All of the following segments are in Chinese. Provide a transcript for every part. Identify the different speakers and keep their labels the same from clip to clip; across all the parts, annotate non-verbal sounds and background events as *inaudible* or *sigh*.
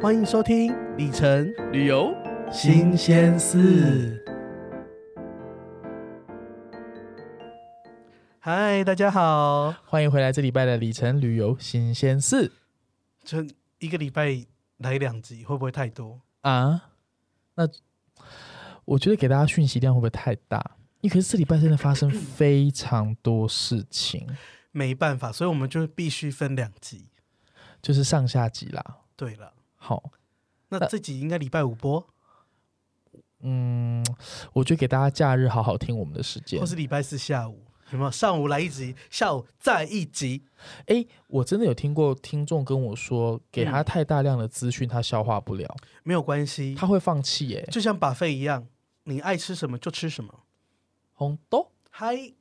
Speaker 1: 欢迎收听李晨
Speaker 2: 旅游
Speaker 1: 新鲜事。嗨，大家好！
Speaker 2: 欢迎回来，这礼拜的里程旅游新鲜事
Speaker 1: 这一个礼拜来两集，会不会太多？
Speaker 2: 啊。那我觉得给大家讯息量会不会太大？因为可是这礼拜真的发生非常多事情，
Speaker 1: 没办法，所以我们就必须分两集。
Speaker 2: 就是上下集啦。
Speaker 1: 对了，
Speaker 2: 好，
Speaker 1: 那
Speaker 2: 那
Speaker 1: 这集应该礼拜五播，
Speaker 2: 嗯，我觉得给大家假日好好听我们的时间
Speaker 1: 或。是礼拜四下午？有没有上午来一集，下午再一集？
Speaker 2: 哎，我真的有听过听众跟我说，给他
Speaker 1: 嗯
Speaker 2: 太大量的资讯，他消化不了，
Speaker 1: 没有关系，
Speaker 2: 他会放弃耶。
Speaker 1: 就像把费一样，你爱吃什么就吃什么。
Speaker 2: 红豆。
Speaker 1: 嗨，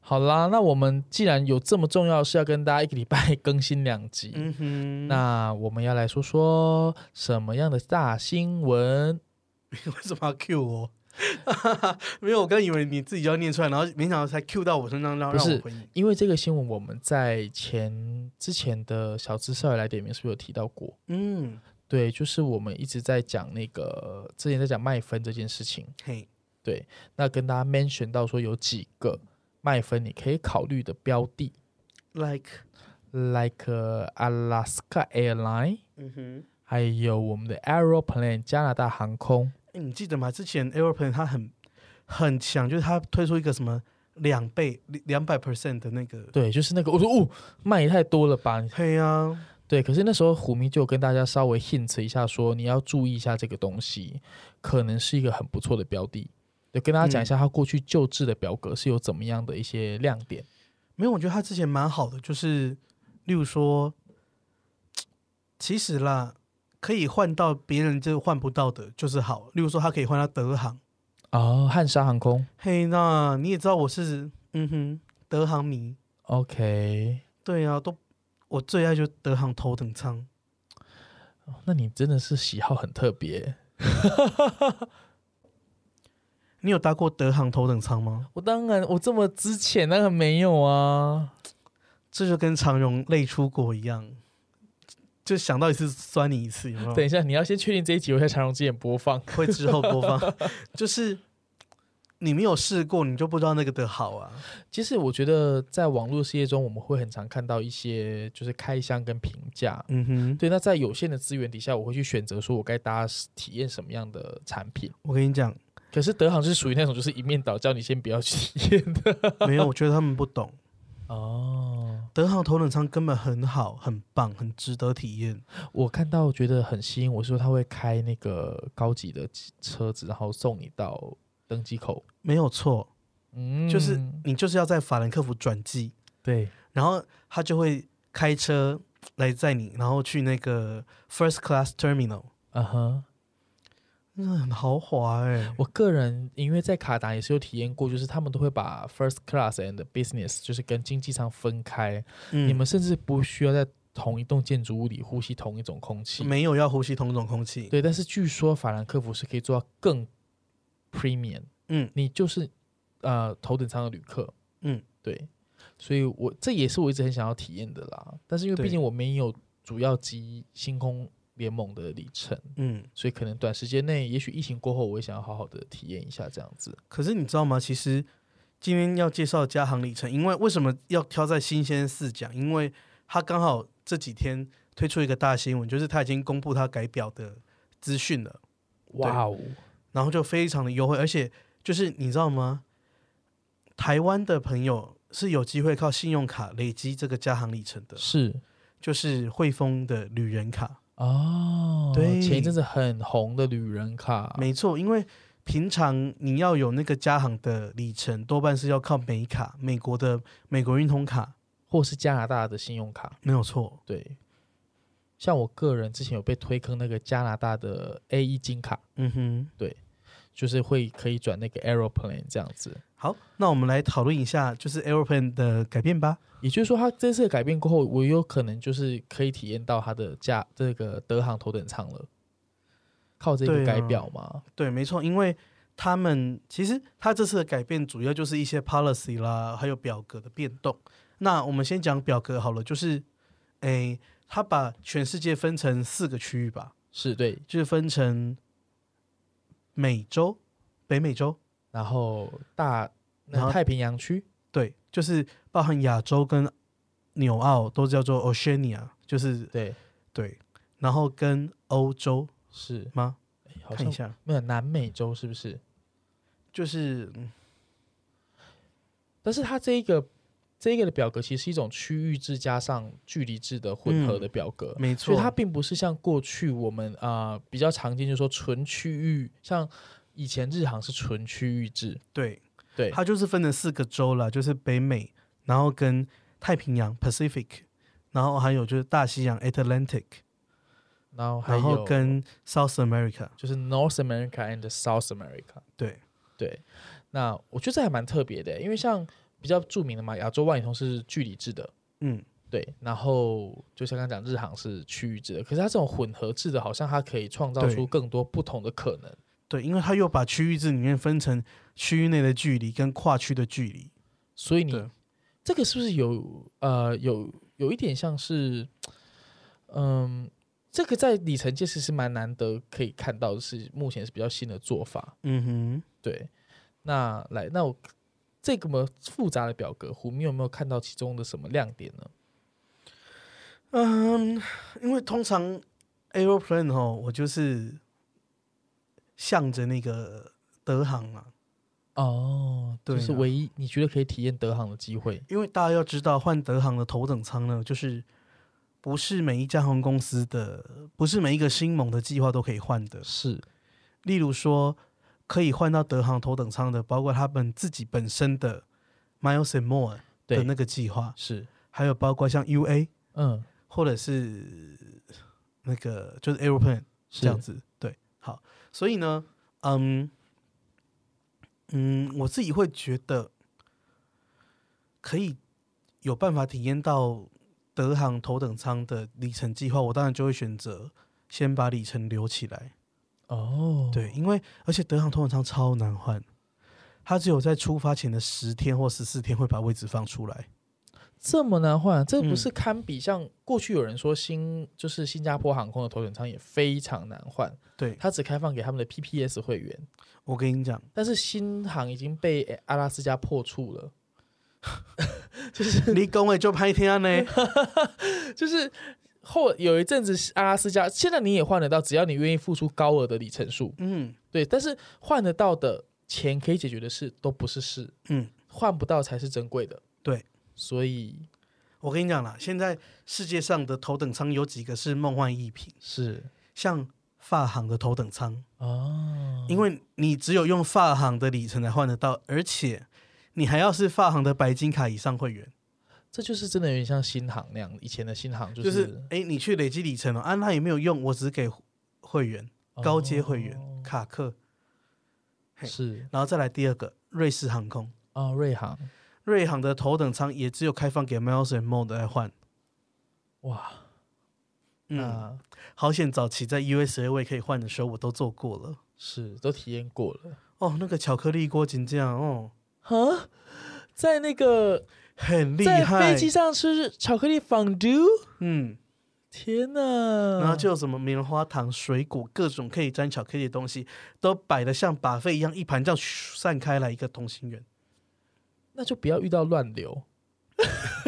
Speaker 2: 好啦，那我们既然有这么重要的事要跟大家一个礼拜更新两集，
Speaker 1: 嗯哼，
Speaker 2: 那我们要来说说什么样的大新闻？
Speaker 1: *laughs* 为什么要 Q 我？没有，我刚以为你自己就要念出来，然后没想到才 Q 到我身上，让
Speaker 2: 不
Speaker 1: 让
Speaker 2: 是
Speaker 1: 我回应。
Speaker 2: 因为这个新闻我们在前之前的小资少爷来点名是不是有提到过？
Speaker 1: 嗯，
Speaker 2: 对，就是我们一直在讲那个之前在讲卖分这件事情，
Speaker 1: 嘿，
Speaker 2: 那跟大家 mention 到说有几个卖分你可以考虑的标的
Speaker 1: like，
Speaker 2: ，like uh, Alaska Airline，
Speaker 1: 嗯哼，
Speaker 2: 还有我们的 Aeroplane 加拿大航空。
Speaker 1: 诶哎你记得吗？之前 Airplane 它很很强，就是它推出一个什么两倍、两百 percent 的那个，
Speaker 2: 对，就是那个我说哦，卖也太多了吧？
Speaker 1: 嘿呀、啊，
Speaker 2: 对，可是那时候虎迷就有跟大家稍微 hint 一下说，你要注意一下这个东西，可能是一个很不错的标的。对，跟大家讲一下，它过去旧制的表格是有怎么样的一些亮点。
Speaker 1: 没有，我觉得它之前蛮好的，就是例如说，其实啦，可以换到别人就换不到的，就是好。例如说，它可以换到德航，
Speaker 2: 哦，汉莎航空
Speaker 1: 嘿，那你也知道我是，嗯哼，德航迷。
Speaker 2: ，OK，
Speaker 1: 对啊，都我最爱就德航头等舱，
Speaker 2: 哦那你真的是喜好很特别。
Speaker 1: 你有搭过德航头等舱吗？
Speaker 2: 我当然，我这么之前当然没有啊。
Speaker 1: 这就跟长荣累出国一样，就想到一次酸你一次，有没有？
Speaker 2: 等，一下，你要先确定这一集我在长荣之眼播放。
Speaker 1: 会之后播放，就是你没有试过，你就不知道那个的好啊。
Speaker 2: 其实我觉得在网络世界中，我们会很常看到一些就是开箱跟评价。
Speaker 1: 嗯哼，
Speaker 2: 对，那在有限的资源底下，我会去选择说我该搭体验什么样的产品。
Speaker 1: 我跟你讲，
Speaker 2: 可是德航是属于那种就是一面倒，叫你先不要去体验的。 *laughs*
Speaker 1: 没有，我觉得他们不 *laughs* 懂，
Speaker 2: 哦，
Speaker 1: 德航头等舱根本很好，很棒，很值得体验。
Speaker 2: 我看到觉得很吸引我，是说他会开那个高级的车子，然后送你到登机口。
Speaker 1: 没有错，
Speaker 2: 嗯
Speaker 1: 就是你就是要在法兰克福转机，
Speaker 2: 对，
Speaker 1: 然后他就会开车来载你，然后去那个 first class terminal，
Speaker 2: 嗯哼。
Speaker 1: 真的很豪华哎、
Speaker 2: 我个人因为在卡达也是有体验过，就是他们都会把 first class and business 就是跟经济舱分开，
Speaker 1: 嗯
Speaker 2: 你们甚至不需要在同一栋建筑物里呼吸同一种空气。
Speaker 1: 没有要呼吸同种空气，
Speaker 2: 对，但是据说法兰克福是可以做到更 premium，
Speaker 1: 嗯，
Speaker 2: 你就是呃头等舱的旅客，
Speaker 1: 嗯，
Speaker 2: 对，所以我这也是我一直很想要体验的啦。但是因为毕
Speaker 1: 对
Speaker 2: 竟我没有主要机星空联盟的里程，
Speaker 1: 嗯。
Speaker 2: 所以可能短时间内，也许疫情过后，我也想要好好的体验一下这样子。
Speaker 1: 可是你知道吗？其实今天要介绍的加航里程，因为为什么要挑在新鲜事讲？因为它刚好这几天推出一个大新闻，就是它已经公布它改表的资讯了，
Speaker 2: 哇哦，
Speaker 1: 然后就非常的优惠，而且就是你知道吗？台湾的朋友是有机会靠信用卡累积这个加航里程的，
Speaker 2: 是
Speaker 1: 就是汇丰的旅人卡。
Speaker 2: 哦，
Speaker 1: 对
Speaker 2: 前一阵子很红的旅人卡，
Speaker 1: 没错，因为平常你要有那个加航的里程，多半是要靠美卡，美国的美国运通卡，
Speaker 2: 或是加拿大的信用卡，
Speaker 1: 没有错。
Speaker 2: 对，像我个人之前有被推坑那个加拿大的 A E 金卡，
Speaker 1: 嗯哼，
Speaker 2: 就是会可以转那个 Aeroplane 这样子。
Speaker 1: 好，那我们来讨论一下就是 Airplane 的改变吧。
Speaker 2: 也就是说，它这次的改变过后，我有可能就是可以体验到它的价这个德航头等舱了，靠这个
Speaker 1: 对啊
Speaker 2: 改表嘛。
Speaker 1: 对，没错，因为他们其实他这次的改变主要就是一些 policy 啦，还有表格的变动。那我们先讲表格好了，就是，诶，他把全世界分成四个区域吧。
Speaker 2: 是对，
Speaker 1: 就是分成美洲、北美洲，
Speaker 2: 然后大
Speaker 1: 然后
Speaker 2: 那太平洋区
Speaker 1: 对，就是包含亚洲跟纽澳都叫做 Oceania，就是
Speaker 2: 对
Speaker 1: 对，然后跟欧洲
Speaker 2: 是，
Speaker 1: 吗？
Speaker 2: 哎好
Speaker 1: 看一
Speaker 2: 像
Speaker 1: 下，
Speaker 2: 没有南美洲是不是？
Speaker 1: 就是嗯
Speaker 2: 但是它这一个这一个的表格其实是一种区域制加上距离制的
Speaker 1: 嗯
Speaker 2: 混合的表格，
Speaker 1: 没
Speaker 2: 所
Speaker 1: 错，
Speaker 2: 以它并不是像过去我们啊、呃比较常见，就是说纯区域，像以前日航是纯区域制，
Speaker 1: 对
Speaker 2: 对
Speaker 1: 它就是分成四个州啦，就是北美，然后跟太平洋 Pacific，然后还有就是大西洋 Atlantic，
Speaker 2: 然后还
Speaker 1: 然后
Speaker 2: 有
Speaker 1: 跟 South America，
Speaker 2: 就是 North America and South America，
Speaker 1: 对，
Speaker 2: 对，那我觉得这还蛮特别的，因为像比较著名的嘛，亚洲万里通是距离制的。
Speaker 1: 嗯，
Speaker 2: 对，然后就像刚刚讲，日航是区域制的，可是它这种混合制的，好像它可以创造
Speaker 1: 对
Speaker 2: 出更多不同的可能。
Speaker 1: 对，因为它又把区域制里面分成区域内的距离跟跨区的距离，
Speaker 2: 所以你
Speaker 1: 对
Speaker 2: 这个是不是有呃有有一点像是，嗯，这个在里程界其实蛮难得可以看到的是，目前是比较新的做法。
Speaker 1: 嗯哼。
Speaker 2: 对，那来那我这个么复杂的表格，虎迷有没有看到其中的什么亮点呢？
Speaker 1: 嗯，因为通常 aeroplane 哦，我就是向着那个德航啊，
Speaker 2: 哦，
Speaker 1: 对
Speaker 2: 就是
Speaker 1: 啊
Speaker 2: 唯一你觉得可以体验德航的机会
Speaker 1: 因为大家要知道，换德航的头等舱呢，就是不是每一家航空公司的，不是每一个新盟的计划都可以换的。
Speaker 2: 是
Speaker 1: 例如说，可以换到德航头等舱的，包括他们自己本身的 Miles and More
Speaker 2: 对
Speaker 1: 的那个计划，
Speaker 2: 是，
Speaker 1: 还有包括像 UA
Speaker 2: 嗯，
Speaker 1: 或者是那个就是 aeroplane。
Speaker 2: 是
Speaker 1: 这样子。对，好，所以呢，嗯嗯，我自己会觉得可以有办法体验到德航头等舱的里程计划，我当然就会选择先把里程留起来。
Speaker 2: 哦，
Speaker 1: 对，因为而且德航头等舱超难换。它只有在出发前的十天或十四天会把位置放出来，
Speaker 2: 这么难换，这不
Speaker 1: 嗯
Speaker 2: 是堪比像过去有人说新就是新加坡航空的头等舱也非常难换，
Speaker 1: 对
Speaker 2: 它只开放给他们的 PPS 会员，
Speaker 1: 我跟你
Speaker 2: *laughs*
Speaker 1: 讲，
Speaker 2: 但是新航已经被诶阿拉斯加破处了，
Speaker 1: 你工位就拍天啊呢，
Speaker 2: 就是后有一阵子阿拉斯加，现在你也换得到，只要你愿意付出高额的里程数，
Speaker 1: 嗯
Speaker 2: 对，但是换得到的钱可以解决的事都不是事，
Speaker 1: 嗯，
Speaker 2: 换不到才是珍贵的，
Speaker 1: 对，
Speaker 2: 所以
Speaker 1: 我跟你讲啦，现在世界上的头等舱有几个是梦幻逸品，
Speaker 2: 是
Speaker 1: 像发行的头等舱，
Speaker 2: 哦，
Speaker 1: 因为你只有用发行的里程才换得到，而且你还要是发行的白金卡以上会员，
Speaker 2: 这就是真的有点像新航那样，以前的新航、
Speaker 1: 就是是哎、诶你去累积里程了、啊，那也没有用，我只给会员、高阶会员、
Speaker 2: 哦
Speaker 1: 卡克，嘿
Speaker 2: 是
Speaker 1: 然后再来第二个瑞士航空，
Speaker 2: 啊，瑞航
Speaker 1: 瑞航的头等舱也只有开放给 Miles and More 的来换，
Speaker 2: 哇，
Speaker 1: 嗯，
Speaker 2: 那
Speaker 1: 好险早期在 US a 位可以换的时候我都做过了。
Speaker 2: 是都体验过了。
Speaker 1: 哦，那个巧克力锅仅这样哦，
Speaker 2: 哈，在那个
Speaker 1: 很厉
Speaker 2: 在
Speaker 1: 害。
Speaker 2: 飞机上吃巧克力 fondue，
Speaker 1: 嗯，
Speaker 2: 天哪！
Speaker 1: 然后就有什么棉花糖、水果，各种可以沾巧克力的东西，都摆的像把费一样，一盘这样嘘散开来一个同心圆，
Speaker 2: 那就不要遇到乱 *laughs* 流，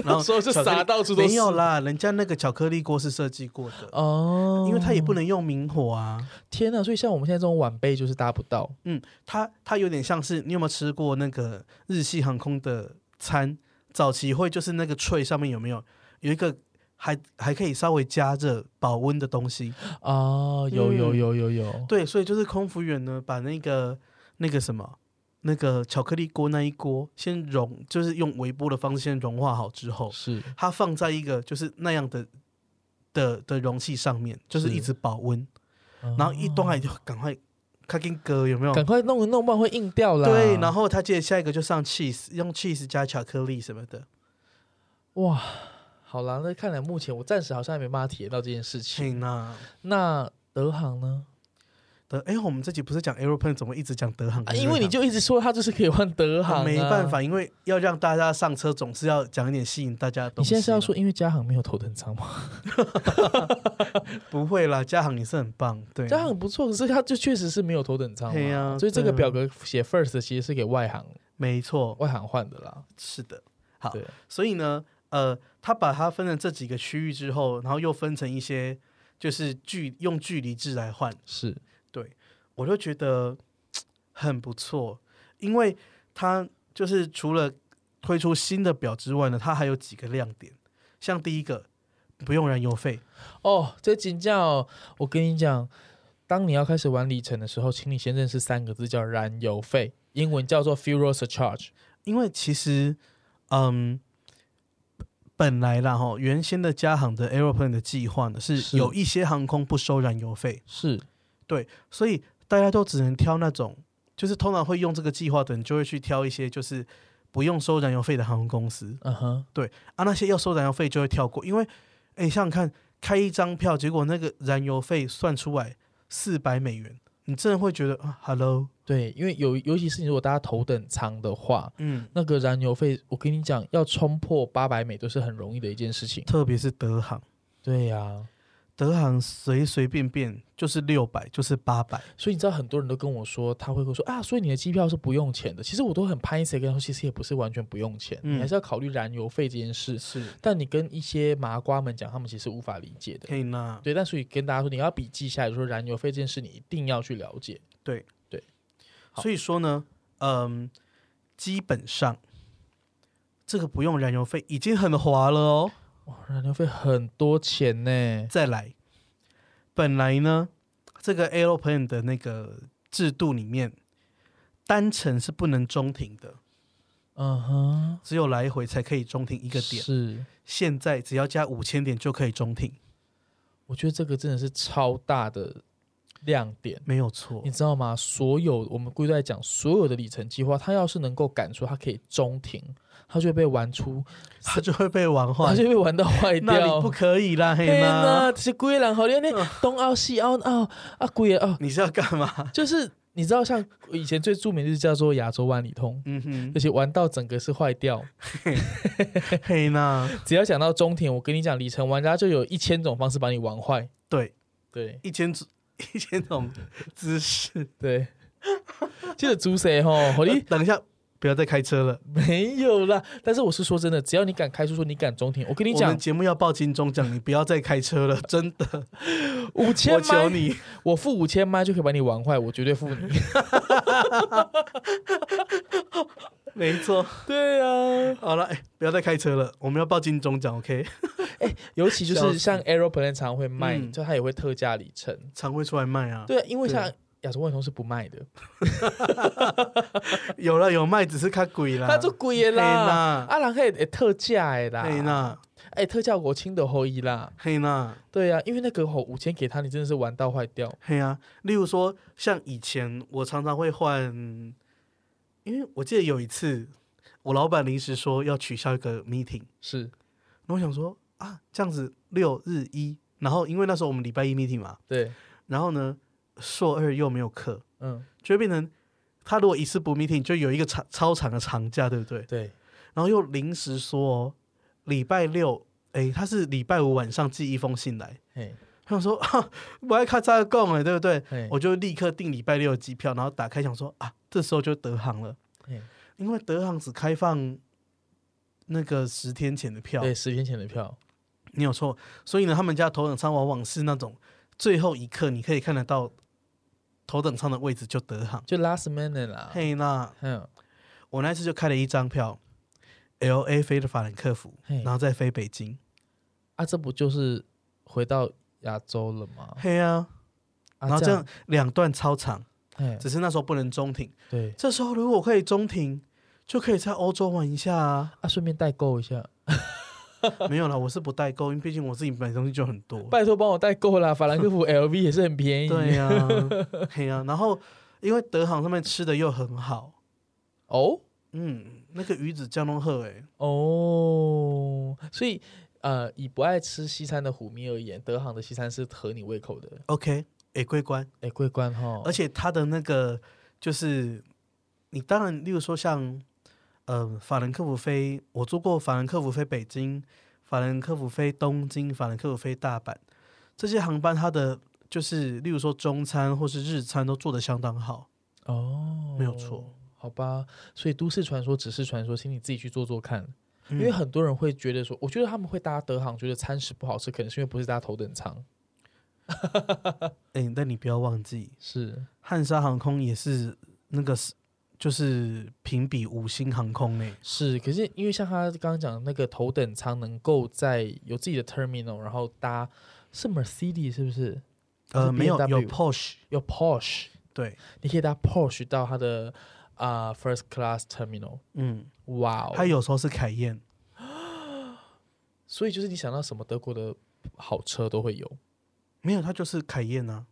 Speaker 1: 然后
Speaker 2: 时候就
Speaker 1: 巧克力
Speaker 2: 撒到处都是
Speaker 1: 没有啦，人家那个巧克力锅是设计过的，
Speaker 2: 哦，
Speaker 1: 因为它也不能用明火啊。
Speaker 2: 天哪！所以像我们现在这种晚辈就是搭不到
Speaker 1: 嗯，它它有点像是你有没有吃过那个日系航空的餐？早期会就是那个脆上面有没有有一个还还可以稍微加热保温的东西？
Speaker 2: 哦，有有
Speaker 1: 嗯
Speaker 2: 有有有，
Speaker 1: 对，所以就是空服员呢，把那个那个什么，那个巧克力锅那一锅先融，就是用微波的方式先融化好之后，
Speaker 2: 是
Speaker 1: 它放在一个就是那样的的的容器上面，就是一
Speaker 2: 是
Speaker 1: 直保温，然后一端
Speaker 2: 哦
Speaker 1: 还就赶快看跟哥有没有？
Speaker 2: 赶快弄一弄，不然会硬掉啦。
Speaker 1: 对，然后他接着下一个就上 cheese，用 cheese 加巧克力什么的。
Speaker 2: 哇，好啦，那看来目前我暂时好像还没办法体验到这件事情。
Speaker 1: 请啊，
Speaker 2: 那德航呢？
Speaker 1: 德，哎，我们这集不是讲 Aeroplane 怎么一直讲德航
Speaker 2: 啊，因为你就一直说它就是可以换德航、啊，
Speaker 1: 没办。法，因为要让大家上车，总是要讲一点吸引大家的
Speaker 2: 你
Speaker 1: 东西嘛。
Speaker 2: 现在是要说因为嘉航没有头等舱吗？
Speaker 1: 不会啦，嘉航也是很棒，对，
Speaker 2: 嘉航很不错，可是它就确实是没有头等舱
Speaker 1: 对
Speaker 2: 嘛，
Speaker 1: 啊
Speaker 2: 所以这个
Speaker 1: 对啊
Speaker 2: 表格写 first 其实是给外行
Speaker 1: 没错，
Speaker 2: 外行换的啦。
Speaker 1: 是的。好
Speaker 2: 对，
Speaker 1: 所以呢，呃，他把它分成这几个区域之后，然后又分成一些就是距用距离制来换，
Speaker 2: 是
Speaker 1: 我就觉得嘖很不错，因为它就是除了推出新的表之外呢，它还有几个亮点，像第一个不用燃油费，
Speaker 2: 哦，这请教我跟你讲，当你要开始玩里程的时候，请你先认识三个字叫燃油费，英文叫做 fuel surcharge。
Speaker 1: 因为其实嗯。本来啦哈，原先的加航的 Aeroplane 的计划呢是
Speaker 2: 是
Speaker 1: 有一些航空不收燃油费，
Speaker 2: 是
Speaker 1: 所以大家都只能挑那种，就是通常会用这个计划的人，就会去挑一些就是不用收燃油费的航空公司
Speaker 2: 嗯哼，
Speaker 1: 啊，那些要收燃油费就会跳过，因为哎，你想想看，开一张票，结果那个燃油费算出来四百美元，你真的会觉得啊，hello，
Speaker 2: 对，因为有尤其是如果大家头等舱的话，
Speaker 1: 嗯，
Speaker 2: 那个燃油费，我跟你讲，要冲破八百美都是很容易的一件事情。
Speaker 1: 特别是德航，
Speaker 2: 对呀、
Speaker 1: 德航随随便便就是六百，就是八百，
Speaker 2: 所以你知道很多人都跟我说，他会跟我说啊，所以你的机票是不用钱的。其实我都很拍谁跟他说，其实也不是完全不用钱，
Speaker 1: 嗯
Speaker 2: 你还是要考虑燃油费这件事。
Speaker 1: 是
Speaker 2: 但你跟一些麻瓜们讲，他们其实无法理解的。
Speaker 1: 可以拿。
Speaker 2: 对，但所以跟大家说，你要笔记下来，说燃油费这件事，你一定要去了解。好
Speaker 1: 所以说呢，嗯，基本上这个不用燃油费已经很划了哦。
Speaker 2: 哇，燃油费很多钱呢。
Speaker 1: 再来，本来呢，这个 airplane 的那个制度里面，单程是不能中停的，
Speaker 2: 嗯哼，
Speaker 1: 只有来回才可以中停一
Speaker 2: 一
Speaker 1: 个点。
Speaker 2: 是，
Speaker 1: 现在只要加五千点就可以中停，
Speaker 2: 我觉得这个真的是超大的亮点。
Speaker 1: 没有错
Speaker 2: 你。知道吗？所有我们归在讲所有的里程计划，它要是能够赶出，它可以中停，它就会被玩出，
Speaker 1: 它就会被玩
Speaker 2: 它
Speaker 1: 坏，
Speaker 2: 就会被玩到坏
Speaker 1: 那里不
Speaker 2: 掉。
Speaker 1: 可以
Speaker 2: *laughs*
Speaker 1: 嗯啦，嘿
Speaker 2: 天
Speaker 1: 呐，
Speaker 2: 哪，这是贵人好厉害！东澳西澳澳啊，贵啊！哦
Speaker 1: 你是要干嘛？
Speaker 2: 就是你知道，像以前最著名就是叫做亚洲万里通，
Speaker 1: 嗯哼
Speaker 2: 而，且玩到整个是坏掉。
Speaker 1: 嘿呐，
Speaker 2: 只要讲到中庭，我跟你讲，里程玩家就有一千种方式把你玩坏。
Speaker 1: 对，
Speaker 2: 对
Speaker 1: 一千种 *laughs* 一千种姿势。呃
Speaker 2: 对， *laughs* 记得猪谁吼，火力
Speaker 1: 等一下，不要再开车了。
Speaker 2: 没有啦。但是我是说真的，只要你敢开出说你敢中庭，我跟你
Speaker 1: 我们
Speaker 2: 讲，
Speaker 1: 节目要报金钟奖，你不要再开车了， *laughs* 真的，
Speaker 2: 五千
Speaker 1: 我求
Speaker 2: 麦，
Speaker 1: 你。
Speaker 2: 我付五千麦就可以把你玩坏，我绝对付你。
Speaker 1: *laughs* 没错，
Speaker 2: 对啊，
Speaker 1: 好了、哎不要再开车了，我们要报金钟奖，OK？
Speaker 2: 尤其就
Speaker 1: 笑死
Speaker 2: 是像 Aeroplane 常会卖，
Speaker 1: 嗯
Speaker 2: 就它也会特价里程。
Speaker 1: 常会出来卖啊，
Speaker 2: 对啊，因为
Speaker 1: 对
Speaker 2: 像亚洲万里通是不卖的，
Speaker 1: 有了有卖，只是看鬼啦，
Speaker 2: 它做贵的啦。
Speaker 1: 啊
Speaker 2: 啊
Speaker 1: 啦，
Speaker 2: 阿郎可以特价的啦，
Speaker 1: 黑啦，
Speaker 2: 哎、特价我亲的后裔啦，
Speaker 1: 黑啦，
Speaker 2: 对啊呀、因为那个吼五千给他，你真的是玩到坏掉。
Speaker 1: 黑啊！例如说，像以前我常常会换，因为我记得有一次，我老板临时说要取消一个 meeting，
Speaker 2: 是
Speaker 1: 然后我想说啊，这样子六日一，然后因为那时候我们礼拜一 meeting 嘛，
Speaker 2: 对，
Speaker 1: 然后呢，硕二又没有课，
Speaker 2: 嗯，
Speaker 1: 就会变成他如果一次不 meeting，就有一个长超长的长假，对不对？
Speaker 2: 对，
Speaker 1: 然后又临时说哦，礼拜六，诶，他是礼拜五晚上寄一封信来，
Speaker 2: 嘿，
Speaker 1: 他想说 *laughs* 啊，我爱看这供哎，对不对？
Speaker 2: 嘿，
Speaker 1: 我就立刻订礼拜六的机票，然后打开想说啊，这时候就德航了
Speaker 2: 嘿，
Speaker 1: 因为德航只开放那个十天前的票，
Speaker 2: 对，十天前的票，
Speaker 1: 你有错，所以呢，他们家头等舱往往是那种最后一刻你可以看得到头等舱的位置就德航。
Speaker 2: 就 last minute 啦。
Speaker 1: 嘿那
Speaker 2: 嗯，
Speaker 1: 我那次就开了一张票，L A 飞的法兰克福，
Speaker 2: 嘿
Speaker 1: 然，后再飞北京。
Speaker 2: 啊，这不就是回到亚洲了吗？
Speaker 1: 嘿啊，
Speaker 2: 哦啊，
Speaker 1: 然后这样，两段超长，
Speaker 2: 嘿，
Speaker 1: 只是那时候不能中停。
Speaker 2: 哎对，
Speaker 1: 这时候如果可以中停，就可以在欧洲玩一下啊。
Speaker 2: 啊，顺便代购一下，
Speaker 1: 没有啦，我是不代购，因为毕竟我自己买东西就很多。
Speaker 2: 拜托帮我代购啦，法兰克福 *laughs* LV 也是很便宜。
Speaker 1: 对呀、嘿呀、然后因为德航上面吃的又很好，
Speaker 2: 哦
Speaker 1: 嗯，那个鱼子江东鹤，哎，
Speaker 2: 哦，所以呃，以不爱吃西餐的虎咪而言，德航的西餐是合你胃口的。
Speaker 1: OK，哎、哎桂冠，
Speaker 2: 哎，桂冠哈，
Speaker 1: 而且它的那个就是你当然，例如说像呃法兰克福飞，我做过法兰克福飞北京、法兰克福飞东京、法兰克福飞大阪这些航班，它的就是例如说中餐或是日餐都做得相当好，
Speaker 2: 哦，
Speaker 1: 没有错，
Speaker 2: 好吧。所以都市传说只是传说，请你自己去做做看。
Speaker 1: 因
Speaker 2: 因为很多人会觉得说，我觉得他们会搭德航，觉得餐食不好吃，可能是因为不是搭头等舱。
Speaker 1: 哎、但你不要忘记，
Speaker 2: 是
Speaker 1: 汉莎航空也是那个是就是评比五星航空呢、欸
Speaker 2: 是，可是因为像他刚刚讲的那个头等舱，能够在有自己的 terminal，然后搭是 Mercedes 是不是？
Speaker 1: 呃，
Speaker 2: 是
Speaker 1: 没有
Speaker 2: B&W
Speaker 1: 有 Porsche，
Speaker 2: 有 Porsche，
Speaker 1: 对，
Speaker 2: 你可以搭 Porsche 到它的啊、first class terminal。
Speaker 1: 嗯，
Speaker 2: 哇哦！
Speaker 1: 它有时候是凯宴，
Speaker 2: 所以就是你想到什么德国的好车都会有。
Speaker 1: 没有它就是凯宴啊，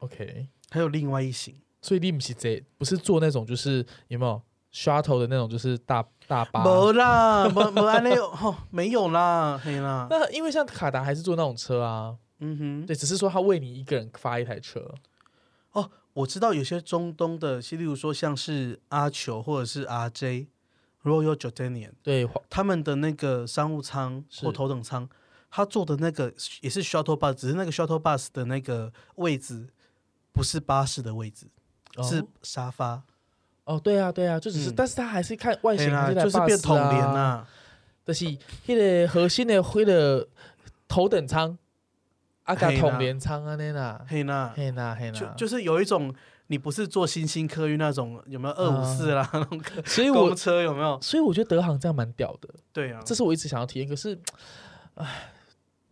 Speaker 2: OK，
Speaker 1: 还有另外一型，
Speaker 2: 所以你不是这不是坐那种就是有没有 shuttle 的那种，就是大大巴。
Speaker 1: 没啦，没没安内 *laughs* 吼，没有啦，嘿啦，
Speaker 2: 那因为像卡达还是坐那种车啊，
Speaker 1: 嗯哼，
Speaker 2: 对，只是说他为你一个人发一台车。
Speaker 1: 我知道有些中东的，例如说像是阿酋或者是 RJ Royal Jordanian，
Speaker 2: 对，华
Speaker 1: 他们的那个商务舱
Speaker 2: 是
Speaker 1: 或头等舱，他坐的那个也是 shuttle bus，只是那个 shuttle bus 的那个位置不是巴士的位置，
Speaker 2: 哦
Speaker 1: 是沙发，
Speaker 2: 哦，对啊，对啊，就只是，
Speaker 1: 嗯
Speaker 2: 但是他还是看外
Speaker 1: 对
Speaker 2: 形
Speaker 1: 啦，
Speaker 2: 还
Speaker 1: 就是
Speaker 2: 台
Speaker 1: 变
Speaker 2: bus
Speaker 1: 统联呐、
Speaker 2: 啊，但是那个核心的那个头等舱，啊，
Speaker 1: 嘿
Speaker 2: 甲
Speaker 1: 啦
Speaker 2: 统联舱啊，那啦，
Speaker 1: 嘿啦，
Speaker 2: 嘿啦嘿
Speaker 1: 哎就
Speaker 2: 啦，
Speaker 1: 就是有一种你不是坐新兴客运那种，有没有二五四啦、那种
Speaker 2: 所以啊我
Speaker 1: 公车有没有？
Speaker 2: 所以我觉得德航这样蛮屌的，
Speaker 1: 对啊，
Speaker 2: 这是我一直想要体验，可是，唉，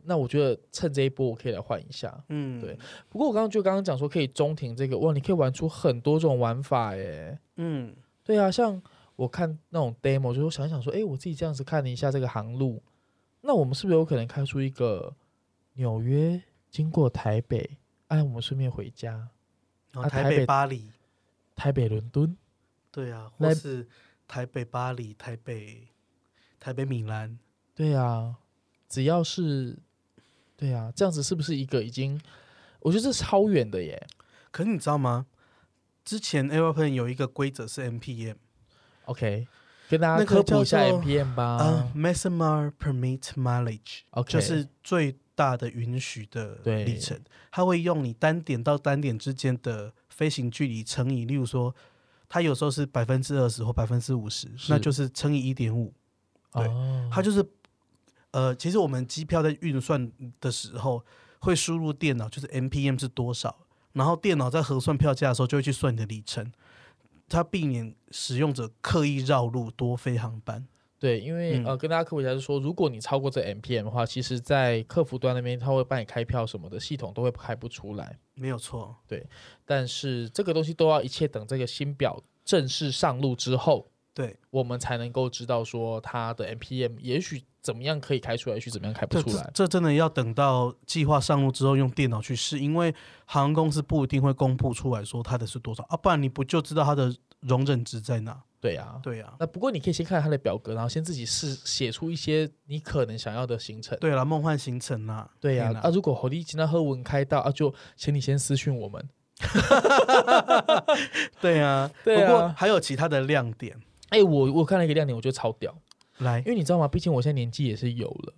Speaker 2: 那我觉得趁这一波我可以来换一下。
Speaker 1: 嗯，
Speaker 2: 对，不过我刚刚就刚刚讲说可以中庭这个，哇，你可以玩出很多种玩法耶。
Speaker 1: 嗯
Speaker 2: 对啊，像我看那种 demo，就是我想一想说，哎，我自己这样子看了一下这个航路，那我们是不是有可能开出一个纽约经过台北，哎，我们顺便回家，
Speaker 1: 然后
Speaker 2: 啊
Speaker 1: 台
Speaker 2: 台北
Speaker 1: 北、巴黎，
Speaker 2: 台北、伦敦，
Speaker 1: 对啊，
Speaker 2: 来
Speaker 1: 或是台北、巴黎、台北、台北、米兰，
Speaker 2: 对啊，只要是，对啊，这样子是不是一个已经，我觉得这超远的耶。
Speaker 1: 可是你知道吗？之前 Airplane 有一个规则是 MPM
Speaker 2: OK，跟大家
Speaker 1: 那
Speaker 2: 科
Speaker 1: 个
Speaker 2: 普一下
Speaker 1: 叫做
Speaker 2: MPM 吧。
Speaker 1: 啊、m a x i m a Permit Mileage，
Speaker 2: OK，
Speaker 1: 就是最大的允许的
Speaker 2: 对
Speaker 1: 里程。它会用你单点到单点之间的飞行距离乘以，例如说，它有时候是百分之二十或百分之五十，
Speaker 2: 是
Speaker 1: 那就是乘以一点五。对
Speaker 2: 哦
Speaker 1: 它就是呃，其实我们机票在运算的时候会输入电脑，就是 MPM 是多少，然后电脑在核算票价的时候就会去算你的里程，它避免使用者刻意绕路多飞航班。
Speaker 2: 对，因为、
Speaker 1: 嗯
Speaker 2: 呃，跟大家科普一下，就是说，如果你超过这 MPM 的话，其实，在客服端那边，他会帮你开票什么的，系统都会开不出来。
Speaker 1: 没有错，
Speaker 2: 但是这个东西都要一切等这个新表正式上路之后，
Speaker 1: 对，
Speaker 2: 我们才能够知道说它的 MPM 也许怎么样可以开出来，也许怎么样开不
Speaker 1: 这
Speaker 2: 出
Speaker 1: 这
Speaker 2: 来。
Speaker 1: 这真的要等到计划上路之后用电脑去试，因为航空公司不一定会公布出来说它的是多少啊，不然你不就知道它的容忍值在哪？
Speaker 2: 对啊，
Speaker 1: 对呀、啊，
Speaker 2: 那不过你可以先看它的表格，然后先自己试写出一些你可能想要的行程。
Speaker 1: 对啦，梦幻行程啦，
Speaker 2: 对呀、
Speaker 1: 嘿
Speaker 2: 啊
Speaker 1: 啦，
Speaker 2: 啊，如果侯力今天喝文开到啊，就请你先私讯我们。
Speaker 1: 对呀，
Speaker 2: 对啊
Speaker 1: 不过还有其他的亮点，
Speaker 2: 哎、我我看了一个亮点，我觉得超屌，
Speaker 1: 来
Speaker 2: 因，为你知道吗？毕竟我现在年纪也是有了，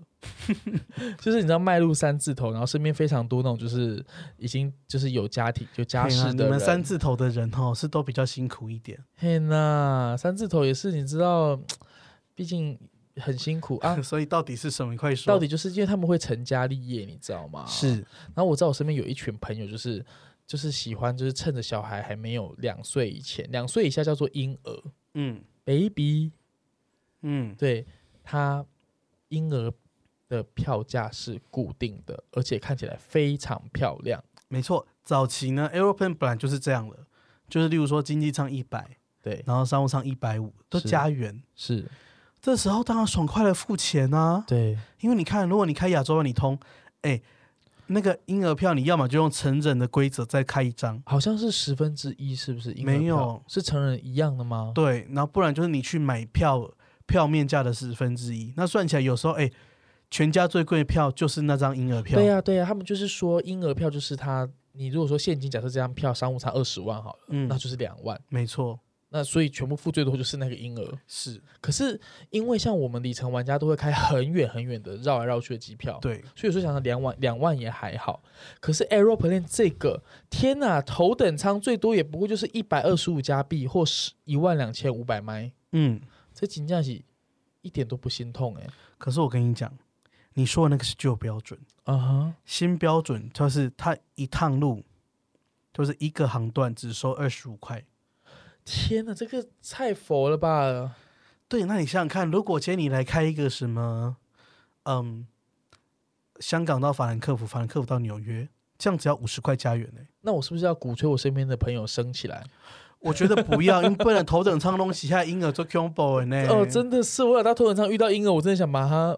Speaker 2: *laughs* 就是你知道迈入三字头，然后身边非常多那种就是已经就是有家庭有家
Speaker 1: 嘿啦啊
Speaker 2: 室的
Speaker 1: 你们三
Speaker 2: 人。
Speaker 1: 字头的人哦，是都比较辛苦一点，。
Speaker 2: 嘿呐，三字头也是你知道，毕竟很辛苦
Speaker 1: *laughs*
Speaker 2: 啊
Speaker 1: 所以到底是什么？你快说，
Speaker 2: 到底就是因为他们会成家立业，你知道吗？
Speaker 1: 是
Speaker 2: 然后我知道我身边有一群朋友，就是就是喜欢，就是趁着小孩还没有两岁以前，两岁以下叫做婴儿
Speaker 1: 嗯
Speaker 2: baby，
Speaker 1: 嗯，
Speaker 2: 对他婴儿的票价是固定的，而且看起来非常漂亮。
Speaker 1: 没错，早期呢，Aeroplane 本来就是这样了，就是例如说经济舱一百，
Speaker 2: 对，
Speaker 1: 然后商务舱一百五，都
Speaker 2: 是
Speaker 1: 加元。
Speaker 2: 是，
Speaker 1: 这时候当然爽快的付钱啊，
Speaker 2: 对，
Speaker 1: 因为你看，如果你开亚洲万里通，哎，那个婴儿票你要么就用成人的规则再开一张，
Speaker 2: 好像是十分之一，是不是？婴儿
Speaker 1: 没有
Speaker 2: 票是成人一样的吗？
Speaker 1: 对，然后不然就是你去买票票面价的十分之一，那算起来有时候哎，全家最贵的票就是那张婴儿票，
Speaker 2: 啊对呀、对呀、他们就是说婴儿票就是他你如果说现金，假设这张票商务舱二十万好了，
Speaker 1: 嗯
Speaker 2: 那，就是两万，
Speaker 1: 没错，
Speaker 2: 那所以全部付最多就是那个婴儿。
Speaker 1: 是
Speaker 2: 可是因为像我们里程玩家都会开很远很远的绕来绕去的机票，
Speaker 1: 对，
Speaker 2: 所以说想想两万两万也还好。可是 Aeroplane 这个，天哪，头等舱最多也不过就是一百二十五加币或是一万两千五百迈，
Speaker 1: 嗯。
Speaker 2: 这金价是一点都不心痛哎、
Speaker 1: 可是我跟你讲，你说的那个是旧标准，
Speaker 2: 啊哈，
Speaker 1: 新标准就是它一趟路就是一个航段只收二十五块。
Speaker 2: 天啊哪，这个太佛了吧？
Speaker 1: 对，那你想想看，如果今天你来开一个什么，嗯，香港到法兰克福，法兰克福到纽约，这样只要五十块加元呢、
Speaker 2: 那我是不是要鼓吹我身边的朋友升起来？
Speaker 1: 我觉得不要，因为不然头等舱东西下婴儿做 combo 的呢。
Speaker 2: 哦，真的是，我有到头等舱遇到婴儿，我真的想把他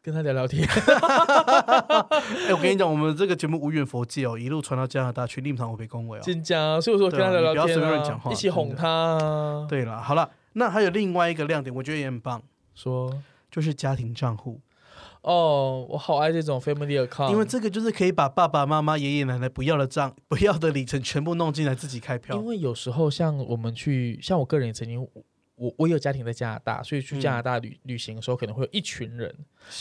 Speaker 2: 跟他聊聊天。
Speaker 1: 啊哎、我跟你讲，我们这个节目无远佛界哦，一路传到加拿大去，立场我被恭维哦。
Speaker 2: 真假啊，所以我说我跟
Speaker 1: 对啊
Speaker 2: 他聊聊
Speaker 1: 你
Speaker 2: 天、
Speaker 1: 不要随
Speaker 2: 啊，
Speaker 1: 便乱讲话
Speaker 2: 一起哄他、啊。，
Speaker 1: 对了，好了，那还有另外一个亮点，我觉得也很棒，
Speaker 2: 说
Speaker 1: 就是家庭账户，
Speaker 2: 哦，我好爱这种 family account，
Speaker 1: 因为这个就是可以把爸爸妈妈、爷爷奶奶不要的账、不要的里程全部弄进来自己开票
Speaker 2: 因。为有时候像我们去，像我个人也曾经，我我有家庭在加拿大，所以去加
Speaker 1: 嗯
Speaker 2: 拿大旅、旅行的时候，可能会有一群人，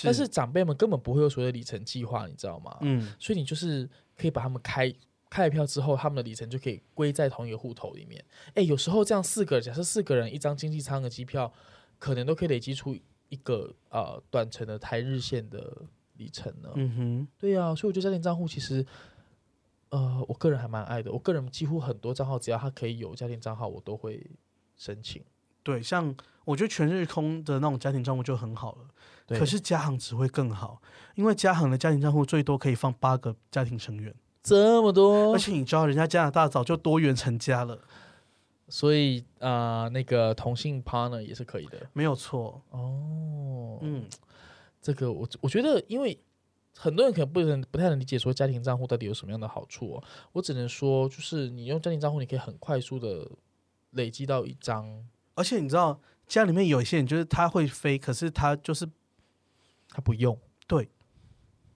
Speaker 2: 但是长辈们根本不会有所谓的里程计划，你知道吗？
Speaker 1: 嗯，
Speaker 2: 所以你就是可以把他们开开了票之后，他们的里程就可以归在同一个户头里面。哎，有时候这样四个，假设四个人一张经济舱的机票，可能都可以累积出一个呃短程的台日线的里程呢。
Speaker 1: 嗯哼，
Speaker 2: 对啊，所以我觉得家庭账户其实，呃，我个人还蛮爱的。我个人几乎很多账号，只要它可以有家庭账号，我都会申请。
Speaker 1: 对，像我觉得全日空的那种家庭账户就很好了，
Speaker 2: 对，
Speaker 1: 可是嘉航只会更好，因为嘉航的家庭账户最多可以放八个家庭成员，
Speaker 2: 这么多
Speaker 1: 而，且你知道人家加拿大早就多元成家了，
Speaker 2: 所以啊、呃那个同性 partner 也是可以的
Speaker 1: 没有错。
Speaker 2: 哦。
Speaker 1: 嗯，
Speaker 2: 这个我我觉得，因为很多人可能不能不太能理解说家庭账户到底有什么样的好处、哦。我只能说，就是你用家庭账户，你可以很快速的累积到一张，
Speaker 1: 而且你知道家里面有一些人就是他会飞，可是他就是
Speaker 2: 他不用。
Speaker 1: 对，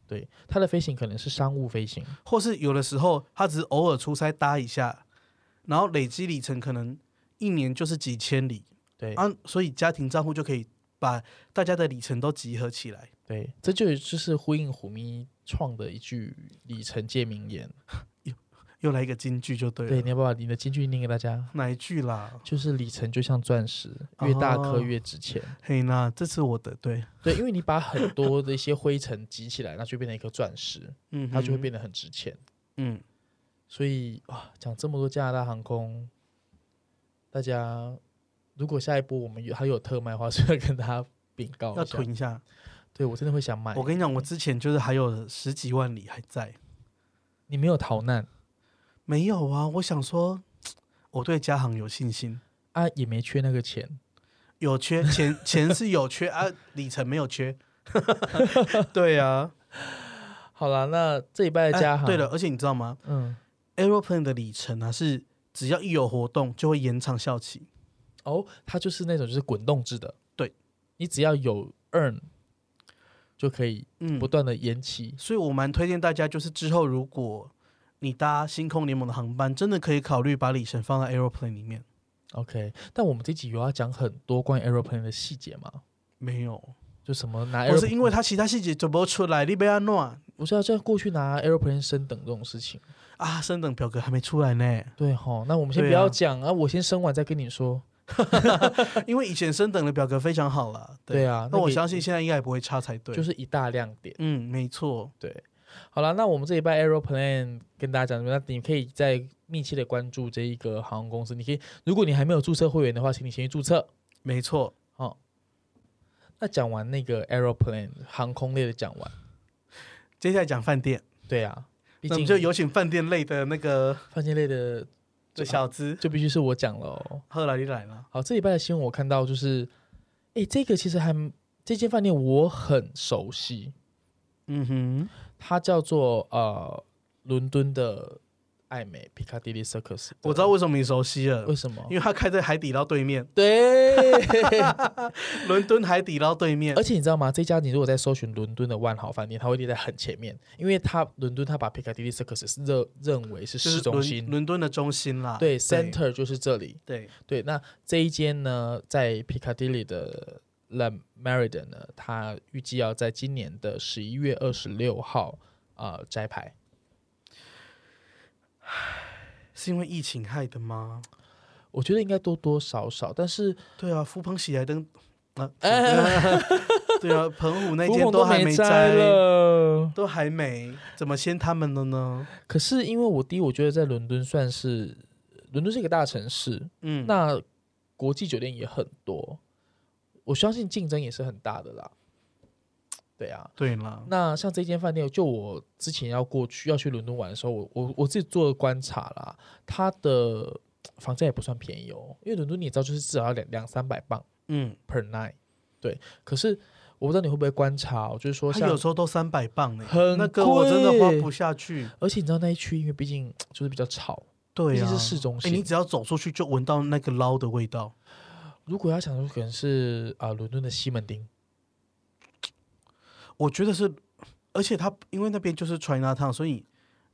Speaker 2: 对，他的飞行可能是商务飞行。
Speaker 1: 或是有的时候他只是偶尔出差搭一下，然后累积里程可能一年就是几千里
Speaker 2: 对
Speaker 1: 啊，所以家庭账户就可以把大家的里程都集合起来，
Speaker 2: 对，这就就是呼应虎咪创的一句里程界名言。
Speaker 1: 又来一个金句就对啊了。
Speaker 2: 对，你要不要把你的金句念给大家？
Speaker 1: 哪一句啦？
Speaker 2: 就是里程就像钻石，越大
Speaker 1: 哦
Speaker 2: 颗越值钱。
Speaker 1: 嘿那这是我的，对，
Speaker 2: 对，因为你把很多的一些灰尘集起来，那就变成一颗钻石，
Speaker 1: 嗯，
Speaker 2: 它就会，变得很值钱。
Speaker 1: 嗯，
Speaker 2: 所以哇，讲这么多加拿大航空，大家如果下一波我们有还有特卖的话，是要跟大家禀告
Speaker 1: 要
Speaker 2: 一下。
Speaker 1: 囤一下。哎
Speaker 2: 对我真的会想买，
Speaker 1: 我跟你讲，我之前就是还有十几万里还在，
Speaker 2: 你没有逃难
Speaker 1: 没有啊。我想说，我对家行有信心，
Speaker 2: 啊，也没缺那个钱。
Speaker 1: 有缺钱， *laughs* 钱是有缺啊，里程没有缺。 *laughs* 对啊，
Speaker 2: 好啦，那这一拜的加
Speaker 1: 哎
Speaker 2: 航、
Speaker 1: 对了，，而且你知道吗
Speaker 2: 嗯，
Speaker 1: ？Aeroplane 的里程啊，是只要一有活动就会延长效期。
Speaker 2: 哦，它就是那种就是滚动制的，
Speaker 1: 对，
Speaker 2: 你只要有 earn 就可以
Speaker 1: 嗯
Speaker 2: 不，断的延期。
Speaker 1: 所以我蛮推荐大家，就是之后如果你搭星空联盟的航班，真的可以考虑把里程放在 Aeroplane 里面。
Speaker 2: OK，但我们这集有要讲很多关于 aeroplane 的细节吗？
Speaker 1: 没有，
Speaker 2: 就什么拿
Speaker 1: 我哦是
Speaker 2: aeroplane，
Speaker 1: 因为它其他细节怎么出来，你被安诺
Speaker 2: 我知道这样过去拿 aeroplane 升等这种事情。
Speaker 1: 啊，升等表格还没出来
Speaker 2: *laughs*
Speaker 1: 呢。
Speaker 2: 对哈，那我们先
Speaker 1: 对
Speaker 2: 不要
Speaker 1: 啊
Speaker 2: 讲啊，我先生完再跟你说。
Speaker 1: 因为以前升等的表格非常好了，
Speaker 2: 对啊，
Speaker 1: 那我
Speaker 2: 个
Speaker 1: 相信现在应该也不会差才对。
Speaker 2: 就是一大亮点。
Speaker 1: 嗯，没错，
Speaker 2: 对，好了，那我们这一拜 Aeroplane 跟大家讲，那你可以再密切的关注这一个航空公司。你可以，如果你还没有注册会员的话，请你先去注册。
Speaker 1: 没错。
Speaker 2: 哦，那讲完那个 Aeroplane 航空类的讲完，
Speaker 1: 接下来讲饭店，
Speaker 2: 对啊，毕
Speaker 1: 那我们
Speaker 2: 竟
Speaker 1: 就有请饭店类的那个
Speaker 2: 饭店类的
Speaker 1: 这小资
Speaker 2: 就必须是我讲了哦。
Speaker 1: 赫来你来了。
Speaker 2: 好，这礼拜的新闻我看到就是，哎，这个其实还这间饭店我很熟悉，
Speaker 1: 嗯哼，
Speaker 2: 它叫做呃伦敦的爱美 Piccadilly Circus。
Speaker 1: 我知道为什么你熟悉了
Speaker 2: 为，什么
Speaker 1: 因，为它开在海底捞对面，
Speaker 2: 对， *laughs*
Speaker 1: 伦敦海底捞对面
Speaker 2: 而。且你知道吗？这家你如果在搜寻伦敦的万豪饭店，它会列在很前面，因为它伦敦它把 Piccadilly Circus 是认认为是
Speaker 1: 就
Speaker 2: 市
Speaker 1: 是
Speaker 2: 中
Speaker 1: 伦
Speaker 2: 心，
Speaker 1: 伦敦的中心啦，
Speaker 2: 对 center 就是这里。
Speaker 1: 对，
Speaker 2: 对，那这一间呢，在 Piccadilly 的 La Meriden 呢，它预计要在今年的十一月二十六号啊、呃摘牌。
Speaker 1: 是因为疫情害的吗？
Speaker 2: 我觉得应该多多少少，但是
Speaker 1: 对啊，福朋喜来登
Speaker 2: *laughs*
Speaker 1: 啊，
Speaker 2: 哎
Speaker 1: 对啊，澎湖那
Speaker 2: 胡
Speaker 1: 间
Speaker 2: 红都
Speaker 1: 还没
Speaker 2: 摘了。
Speaker 1: 都还没，怎么先他们了呢？
Speaker 2: 可是因为我第一，我觉得在伦敦算是伦敦是一个大城市，
Speaker 1: 嗯，
Speaker 2: 那国际酒店也很多，我相信竞争也是很大的啦。对啊，
Speaker 1: 对啦，
Speaker 2: 那像这间饭店，就我之前要过去要去伦敦玩的时候，我我我自己做的观察啦，它的房价也不算便宜哦，因为伦敦你也知道，就是至少要两两三百镑
Speaker 1: 嗯，
Speaker 2: per night。对，可是我不知道你会不会观察、哦，就是说
Speaker 1: 他有
Speaker 2: 像，
Speaker 1: 时候都三百磅呢，
Speaker 2: 很
Speaker 1: 那个我真的花
Speaker 2: 贵
Speaker 1: 不下去。
Speaker 2: 而且你知道那一区，因为毕竟就是比较吵，毕
Speaker 1: 对
Speaker 2: 竟
Speaker 1: 啊，
Speaker 2: 是市中
Speaker 1: 哎，
Speaker 2: 心。
Speaker 1: 你只要走出去就闻到那个捞的味道，
Speaker 2: 如果要想说，可能是啊、伦敦的西门町，
Speaker 1: 我觉得是，而且他因为那边就是 China Town，所以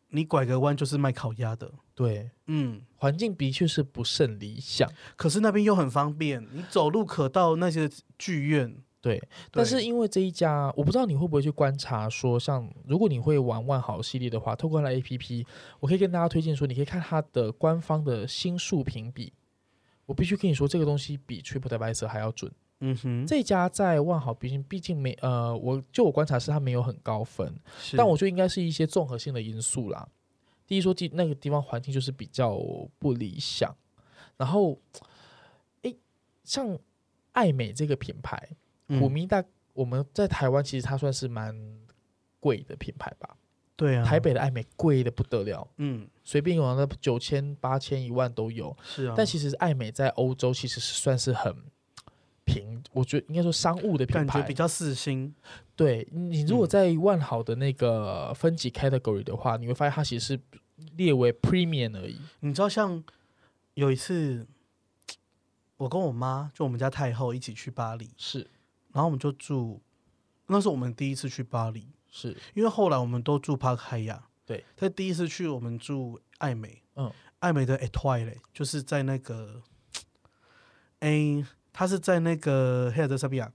Speaker 1: 你拐个弯就是卖烤鸭的，
Speaker 2: 对，
Speaker 1: 嗯。
Speaker 2: 环境的确是不甚理想。
Speaker 1: 可是那边又很方便，你走路可到那些剧院。
Speaker 2: 对，
Speaker 1: 对
Speaker 2: 但是因为这一家，我不知道你会不会去观察说，像如果你会玩万豪系列的话，透过它的 APP，我可以跟大家推荐说，你可以看它的官方的星数评比。我必须跟你说，这个东西比 TripAdvisor 还要准。
Speaker 1: 嗯哼，
Speaker 2: 这家在万豪，毕竟毕竟没呃，我就我观察是它没有很高分，
Speaker 1: 是
Speaker 2: 但我觉得应该是一些综合性的因素啦。第一说地那个地方环境就是比较不理想，然后，诶，像爱美这个品牌，虎
Speaker 1: 嗯、
Speaker 2: 迷大，我们在台湾其实它算是蛮贵的品牌吧。
Speaker 1: 对啊，
Speaker 2: 台北的爱美贵的不得了，
Speaker 1: 嗯
Speaker 2: 随便有啊那九千、八千、一万都有。
Speaker 1: 是啊，
Speaker 2: 但其实爱美在欧洲其实是算是很平，我觉得应该说商务的品
Speaker 1: 感觉
Speaker 2: 牌
Speaker 1: 比。较嗯四星。
Speaker 2: 对你如果在万豪的那个分级 category 的话，你会发现它其实是列为 premium 而已。
Speaker 1: 你知道，像有一次，我跟我妈就我们家太后一起去巴黎，
Speaker 2: 是
Speaker 1: 然后我们就住，那是我们第一次去巴黎，
Speaker 2: 是，
Speaker 1: 因为后来我们都住帕开亚。
Speaker 2: 对，
Speaker 1: 但第一次去我们住艾美，
Speaker 2: 嗯，
Speaker 1: 艾美的 Etoile 嘞就是在那个，哎，它是在那个黑尔德萨比亚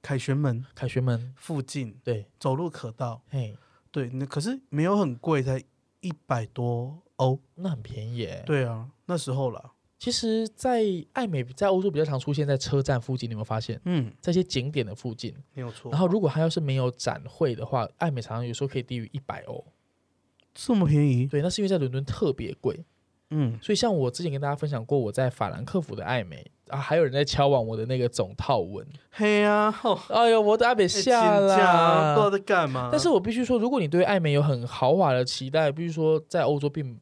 Speaker 1: 凯旋门
Speaker 2: 凯旋门
Speaker 1: 附近，
Speaker 2: 对，
Speaker 1: 走路可到。
Speaker 2: 嘿，
Speaker 1: 对，那可是没有很贵，才一百多欧。
Speaker 2: 那很便宜耶。
Speaker 1: 对啊，那时候啦，
Speaker 2: 其实，在爱美在欧洲比较常出现在车站附近，你有没有发现？
Speaker 1: 嗯，
Speaker 2: 在一些景点的附近。
Speaker 1: 没有错
Speaker 2: 然。后，如果它要是没有展会的话，爱美常常有时候可以低于一百欧。
Speaker 1: 这么便宜？
Speaker 2: 对，那是因为在伦敦特别贵。
Speaker 1: 嗯，
Speaker 2: 所以，像我之前跟大家分享过，我在法兰克福的爱美啊，还有人在敲碗我的那个总套文。
Speaker 1: 嘿呀、啊，哦，
Speaker 2: 哎呦，我的阿北下
Speaker 1: 请假啊不知道
Speaker 2: 啦！
Speaker 1: 在干嘛。
Speaker 2: 但是我必须说，如果你对爱美有很豪华的期待，必须说在欧洲并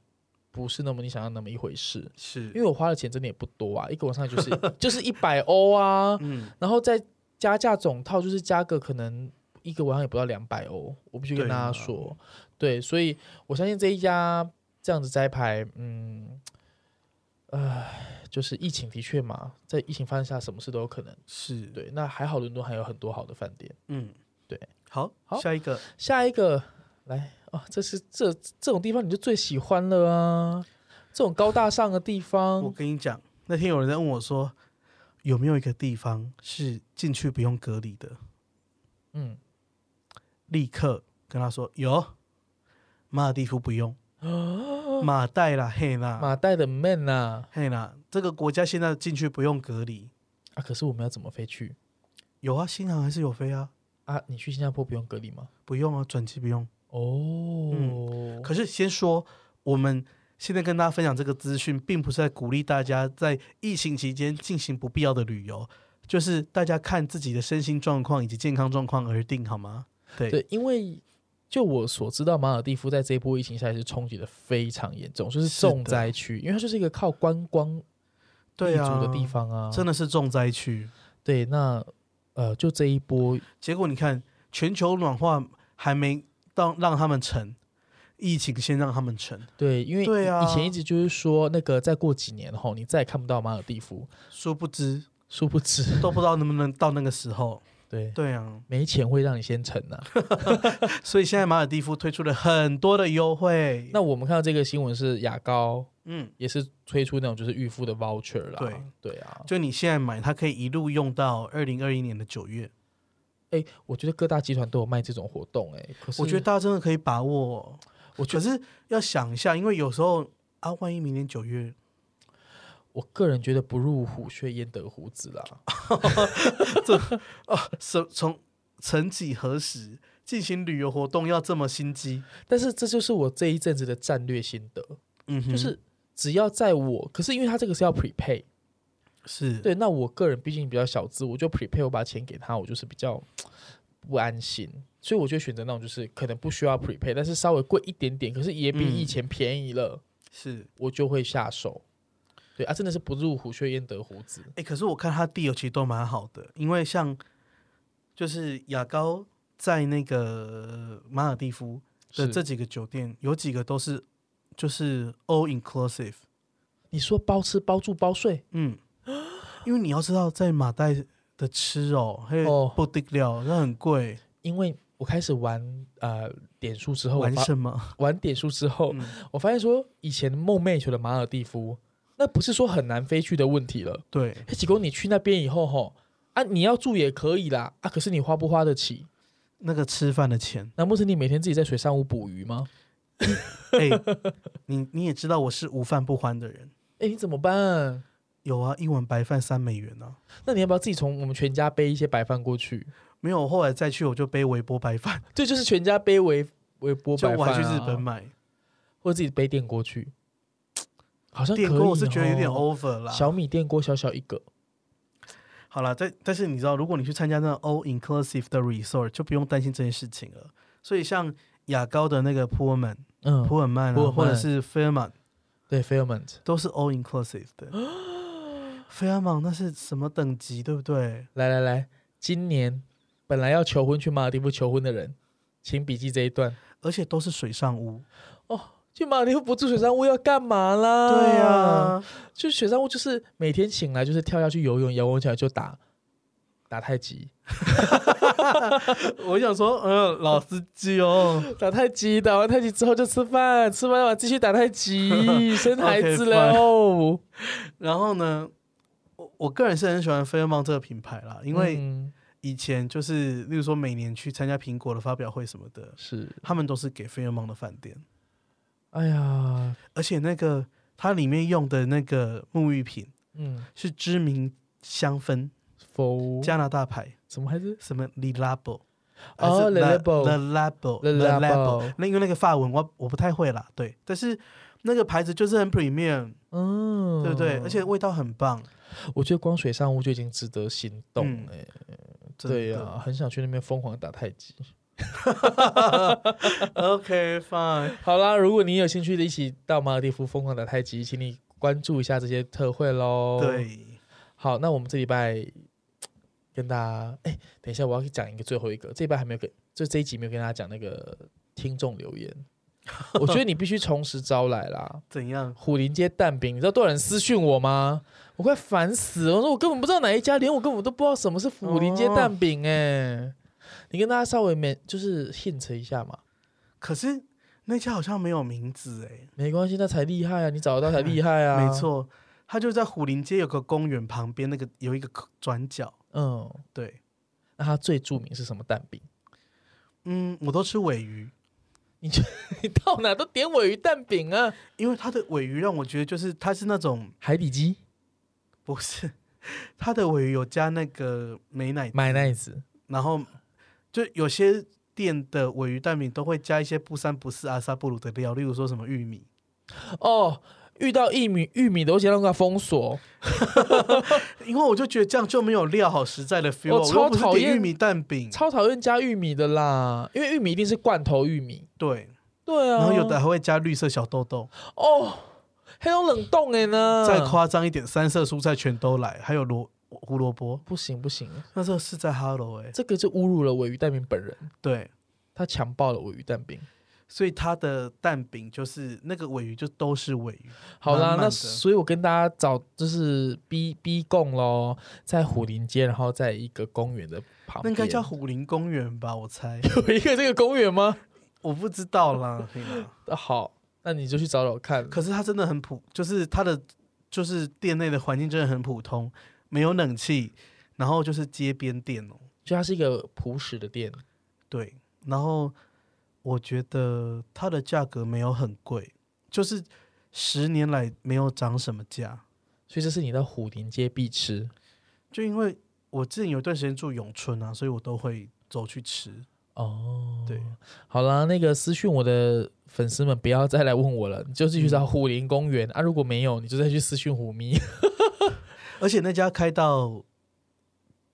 Speaker 2: 不是那么你想要那么一回事。
Speaker 1: 是
Speaker 2: 因为我花的钱真的也不多啊，一个晚上也就是 *laughs* 就是一百欧啊。
Speaker 1: 嗯，
Speaker 2: 然后再加价总套，就是加个可能一个晚上也不到两百欧，我必须跟
Speaker 1: 对
Speaker 2: 大家
Speaker 1: 嘛
Speaker 2: 说，对所以我相信这一家这样子摘牌，嗯，唉，就是疫情的确嘛，在疫情发生下，什么事都有可能。
Speaker 1: 是，
Speaker 2: 对，那还好，伦敦还有很多好的饭店。
Speaker 1: 嗯，
Speaker 2: 对。
Speaker 1: 好，
Speaker 2: 好
Speaker 1: 下一个
Speaker 2: 下一个来哦，这是这这种地方你就最喜欢了啊，这种高大上的地
Speaker 1: 我
Speaker 2: 方，
Speaker 1: 跟你讲，那天有人在问我说，有没有一个地方是进去不用隔离的？
Speaker 2: 嗯，
Speaker 1: 立刻跟他说有，马尔蒂夫不用，
Speaker 2: 哦
Speaker 1: 马代啦，嘿啦，
Speaker 2: 马代的 man 啊
Speaker 1: 嘿啦，这个国家现在进去不用隔离。
Speaker 2: 啊，可是我们要怎么飞去
Speaker 1: 有啊，新航还是有飞啊，
Speaker 2: 啊？你去新加坡不用隔离吗？
Speaker 1: 不用啊，转机不用。
Speaker 2: 哦，
Speaker 1: 嗯可是先说，我们现在跟大家分享这个资讯，并不是在鼓励大家在疫情期间进行不必要的旅游，就是大家看自己的身心状况以及健康状况而定，好吗？对，
Speaker 2: 对，因为就我所知道，马尔蒂夫在这一波疫情下也是冲击的非常严重，就是
Speaker 1: 是的
Speaker 2: 重灾区，因为它就是一个靠观光立
Speaker 1: 对啊
Speaker 2: 足的地方啊。
Speaker 1: 真的是重灾区。
Speaker 2: 对，那呃，就这一波，
Speaker 1: 结果你看，全球暖化还没到让他们成，疫情先让他们成，
Speaker 2: 对，因为
Speaker 1: 对
Speaker 2: 以
Speaker 1: 啊
Speaker 2: 以前一直就是说那个再过几年后，你再也看不到马尔蒂夫，
Speaker 1: 殊不知
Speaker 2: 殊不知，
Speaker 1: *laughs* 都不知道能不能到那个时候。
Speaker 2: 对，
Speaker 1: 对啊，
Speaker 2: 没钱会让你先沉呐、
Speaker 1: 所以现在马尔蒂夫推出了很多的优惠。
Speaker 2: 那我们看到这个新闻是牙膏
Speaker 1: 嗯，
Speaker 2: 也是推出那种就是预付的 voucher 啦，
Speaker 1: 对
Speaker 2: 对啊，
Speaker 1: 就你现在买，它可以一路用到二零二一年的九月。
Speaker 2: 哎、我觉得各大集团都有卖这种活动、哎，可是
Speaker 1: 我觉得大家真的可以把握哦、
Speaker 2: 我觉
Speaker 1: 可是要想一下，因为有时候啊，万一明年九月，
Speaker 2: 我个人觉得不入虎穴焉得虎子啦，
Speaker 1: 是 *laughs* 从曾几何时进行旅游活动要这么心机？
Speaker 2: 但是这就是我这一阵子的战略心得，
Speaker 1: 嗯哼，
Speaker 2: 就是只要在我，可是因为他这个是要 prepay，
Speaker 1: 是，
Speaker 2: 对，那我个人毕竟比较小资，我就 prepay，我把钱给他，我就是比较不安心，所以我就选择那种就是可能不需要 prepay，但是稍微贵一点点，可是也比
Speaker 1: 嗯
Speaker 2: 以前便宜了，
Speaker 1: 是。
Speaker 2: 我就会下手。对啊，真的是不入虎穴焉得虎子。
Speaker 1: 哎、可是我看它 deal 其实都蛮好的，因为像就是雅高在那个马尔蒂夫的
Speaker 2: 是
Speaker 1: 这几个酒店，有几个都是就是 all inclusive，
Speaker 2: 你说包吃包住包睡
Speaker 1: 嗯， *gasps* 因为你要知道在马代的吃哦，还有
Speaker 2: 哦
Speaker 1: 不得了，那很贵，
Speaker 2: 因为我开始玩呃点数之后，我
Speaker 1: 玩
Speaker 2: 发
Speaker 1: 什
Speaker 2: *laughs*
Speaker 1: 么？
Speaker 2: 玩点数之后，
Speaker 1: 嗯
Speaker 2: 我发现说以前梦寐以求的马尔蒂夫，那不是说很难飞去的问题了。哎
Speaker 1: 对，
Speaker 2: 嘿，结果你去那边以后吼，啊，你要住也可以啦，啊，可是你花不花得起？
Speaker 1: 那个吃饭的
Speaker 2: *laughs*
Speaker 1: 钱，
Speaker 2: 难不成你每天自己在水上屋捕鱼吗？
Speaker 1: 哎、你你也知道我是无饭不欢的人，
Speaker 2: 哎，你怎么办？
Speaker 1: 有啊，一碗白饭三美元啊。
Speaker 2: 那你要不要自己从我们全家背一些白饭过去？
Speaker 1: 没有，后来再去我就背微波白饭，
Speaker 2: 这就是全家背微微波
Speaker 1: 就
Speaker 2: 白
Speaker 1: 我
Speaker 2: 饭、啊，
Speaker 1: 还去日本，买。
Speaker 2: 或者自己背电锅去，好像可以
Speaker 1: 电锅我是觉得有点
Speaker 2: 哦
Speaker 1: over 啦。
Speaker 2: 小米电锅小小一个，
Speaker 1: 好啦，但但是你知道，如果你去参加那 all inclusive 的 resort，就不用担心这件事情了。所以像雅高的那个普尔曼、
Speaker 2: 嗯，
Speaker 1: 普尔曼
Speaker 2: 普尔
Speaker 1: 啊，
Speaker 2: 曼
Speaker 1: 或者是菲尔曼，
Speaker 2: 对 f a i r m o n t
Speaker 1: 都是 all inclusive *gasps* 的。菲尔曼那是什么等级，对不对？
Speaker 2: 来来来，今年本来要求婚去马尔代夫求婚的人，请笔记这一段。
Speaker 1: 而且都是水上屋。
Speaker 2: 去马尔代夫不住水上屋要干嘛啦？
Speaker 1: 对
Speaker 2: 呀、
Speaker 1: 啊，
Speaker 2: 就水上屋就是每天醒来就是跳下去游泳，游泳起来就打打太极，
Speaker 1: 我想说，呃，老司机哦。
Speaker 2: 打太极，打完太极之后就吃饭，吃完完继续打太极，
Speaker 1: *laughs*
Speaker 2: 生孩子了哦。
Speaker 1: *laughs* 然后呢，我我个人是很喜欢菲尔曼这个品牌啦，因为
Speaker 2: 嗯
Speaker 1: 以前就是，例如说每年去参加苹果的发表会什么的，
Speaker 2: 是，
Speaker 1: 他们都是给菲尔曼的饭店，
Speaker 2: 哎呀，
Speaker 1: 而且那个它里面用的那个沐浴品
Speaker 2: 嗯，
Speaker 1: 是知名香氛，
Speaker 2: 否
Speaker 1: 加拿大牌，
Speaker 2: 什么还是
Speaker 1: 什么 Le Labo。
Speaker 2: 哦 Le Labo
Speaker 1: ，The Labo，
Speaker 2: Le Labo
Speaker 1: 那因为那个法文我我不太会啦，对，但是那个牌子就是很 premium，
Speaker 2: 嗯，
Speaker 1: 对不对？而且味道很棒，
Speaker 2: 我觉得光水上屋就已经值得心动
Speaker 1: 嗯
Speaker 2: 哎、
Speaker 1: 真的
Speaker 2: 对呀、很想去那边疯狂打太极。
Speaker 1: *laughs* OK fine，
Speaker 2: 好啦，如果你有兴趣的，一起到马尔蒂夫疯狂打太极，请你关注一下这些特惠喽。，
Speaker 1: 对。
Speaker 2: 好，那我们这礼拜跟大家，哎、等一下我要讲一个最后一个，这礼拜还没有跟，就这一集没有跟大家讲那个听众
Speaker 1: *laughs*
Speaker 2: 留言，我觉得你必须从实招来啦。
Speaker 1: 怎样？
Speaker 2: 虎林街蛋饼，你知道多少人私讯我吗？我快烦死了！我说我根本不知道哪一家，连我根本都不知道什么是虎林
Speaker 1: 哦
Speaker 2: 街蛋饼哎、你跟大家稍微没就是 hint 一下嘛，
Speaker 1: 可是那家好像没有名字哎、
Speaker 2: 没关系，那才厉害啊！你找得到才厉害 *laughs* 啊！
Speaker 1: 没，错，它就在虎林街有个公园旁边那个有一个转角。
Speaker 2: 嗯，
Speaker 1: 对，
Speaker 2: 那它最著名是什么蛋饼？
Speaker 1: 嗯，我都吃尾鱼，
Speaker 2: *laughs* 你到哪都点尾鱼蛋饼啊！
Speaker 1: 因为它的尾鱼让我觉得就是它是那种
Speaker 2: 海底鸡、
Speaker 1: 不是它的尾鱼有加那个美奶，
Speaker 2: 买奈子，
Speaker 1: 然后就有些店的尾鱼蛋饼都会加一些不三不四阿萨布鲁的料，例如说什么玉米。
Speaker 2: 哦，遇到玉米玉米的，我想让它封锁。
Speaker 1: 因为我就觉得这样就没有料好实在的 feel，啊
Speaker 2: 我
Speaker 1: 我
Speaker 2: 超
Speaker 1: 又不是
Speaker 2: 讨
Speaker 1: 点
Speaker 2: 厌
Speaker 1: 玉米蛋饼，
Speaker 2: 超讨厌加玉米的啦，因为玉米一定是罐头玉米。
Speaker 1: 对，
Speaker 2: 对啊，
Speaker 1: 然后有的还会加绿色小豆豆。
Speaker 2: 哦，还有冷冻哎呢，
Speaker 1: 再夸张一点，三色蔬菜全都来，还有萝胡萝卜。
Speaker 2: 不行不行，
Speaker 1: 那时候是在哈喽哎、
Speaker 2: 这个就侮辱了尾鱼蛋饼本人，
Speaker 1: 对，
Speaker 2: 他强暴了尾鱼蛋饼。
Speaker 1: 所以它的蛋饼就是那个尾鱼就都是尾鱼。
Speaker 2: 好啦
Speaker 1: 满，满
Speaker 2: 那
Speaker 1: 的
Speaker 2: 所以我跟大家找就是逼逼供喽，在虎林街，然后在一个公园的旁边，
Speaker 1: 那应该叫虎林公园吧？我猜，
Speaker 2: *laughs*
Speaker 1: *laughs*
Speaker 2: 有一个这个公园吗？
Speaker 1: 我不知道啦。可以吗
Speaker 2: 啊好，那你就去找找看。
Speaker 1: 可是它真的很普，就是它的就是店内的环境真的很普通，没有冷气，然后就是街边店哦。
Speaker 2: 就它是一个朴实的店，
Speaker 1: 对，然后我觉得它的价格没有很贵，就是十年来没有涨什么价。
Speaker 2: 所以这是你到虎林街必吃。
Speaker 1: 就因为我之前有一段时间住永春啊，所以我都会走去吃。
Speaker 2: 哦，
Speaker 1: 对，
Speaker 2: 好啦，那个私讯我的粉丝们不要再来问我了，你就继续找
Speaker 1: 嗯
Speaker 2: 虎林公园、啊。如果没有，你就再去私讯虎咪。 *laughs*
Speaker 1: 而且那家开到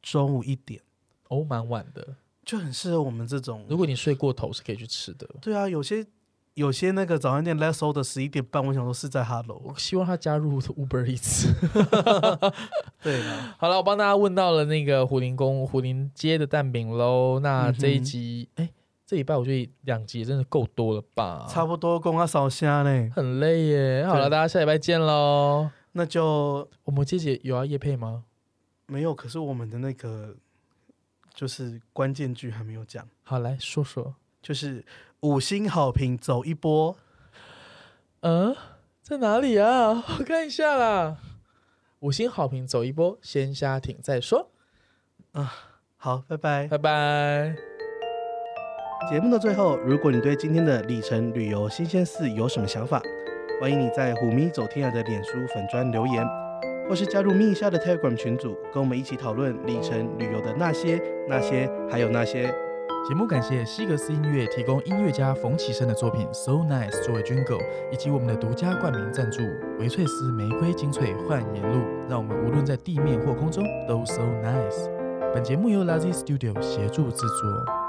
Speaker 1: 中午一点，
Speaker 2: 哦，蛮晚的。
Speaker 1: 就很适合我们这种。
Speaker 2: 如果你睡过头是可以去吃的。
Speaker 1: 对啊，有些有些那个早餐店 Let's Order 十一点半，我想说是在哈喽。
Speaker 2: 我希望他加入 Uber 一次。
Speaker 1: 对 *laughs* 啊，
Speaker 2: 好了，我帮大家问到了那个虎林宫虎林街的蛋饼喽。那
Speaker 1: 嗯哼
Speaker 2: 这一集，哎、这礼拜我觉得两集也真的够多了吧？
Speaker 1: 差不多供他烧虾嘞，
Speaker 2: 很累耶。好了，
Speaker 1: 对
Speaker 2: 大家下礼拜见喽。
Speaker 1: 那就
Speaker 2: 我们这集有要夜配吗？
Speaker 1: 没有。可是我们的那个就是关键句还没有讲，
Speaker 2: 好，来说说。
Speaker 1: 就是五星好评走一波。
Speaker 2: 嗯，在哪里啊？我看一下啦。五星好评走一波，先下停再说，
Speaker 1: 好，拜拜。
Speaker 2: 拜拜。
Speaker 1: 节目的最后，如果你对今天的里程旅游新鲜事有什么想法，欢迎你在虎咪走天涯的脸书粉砖留言，或是加入咪一下的 Telegram 群组，跟我们一起讨论里程旅游的那些、那些，还有那些。
Speaker 3: 节目感谢西格斯音乐提供音乐家冯启生的作品《So Nice》作为 Jingle，以及我们的独家冠名赞助维翠斯玫瑰精粹焕颜露，让我们无论在地面或空中都 So Nice。本节目由 Lazy Studio 协助制作。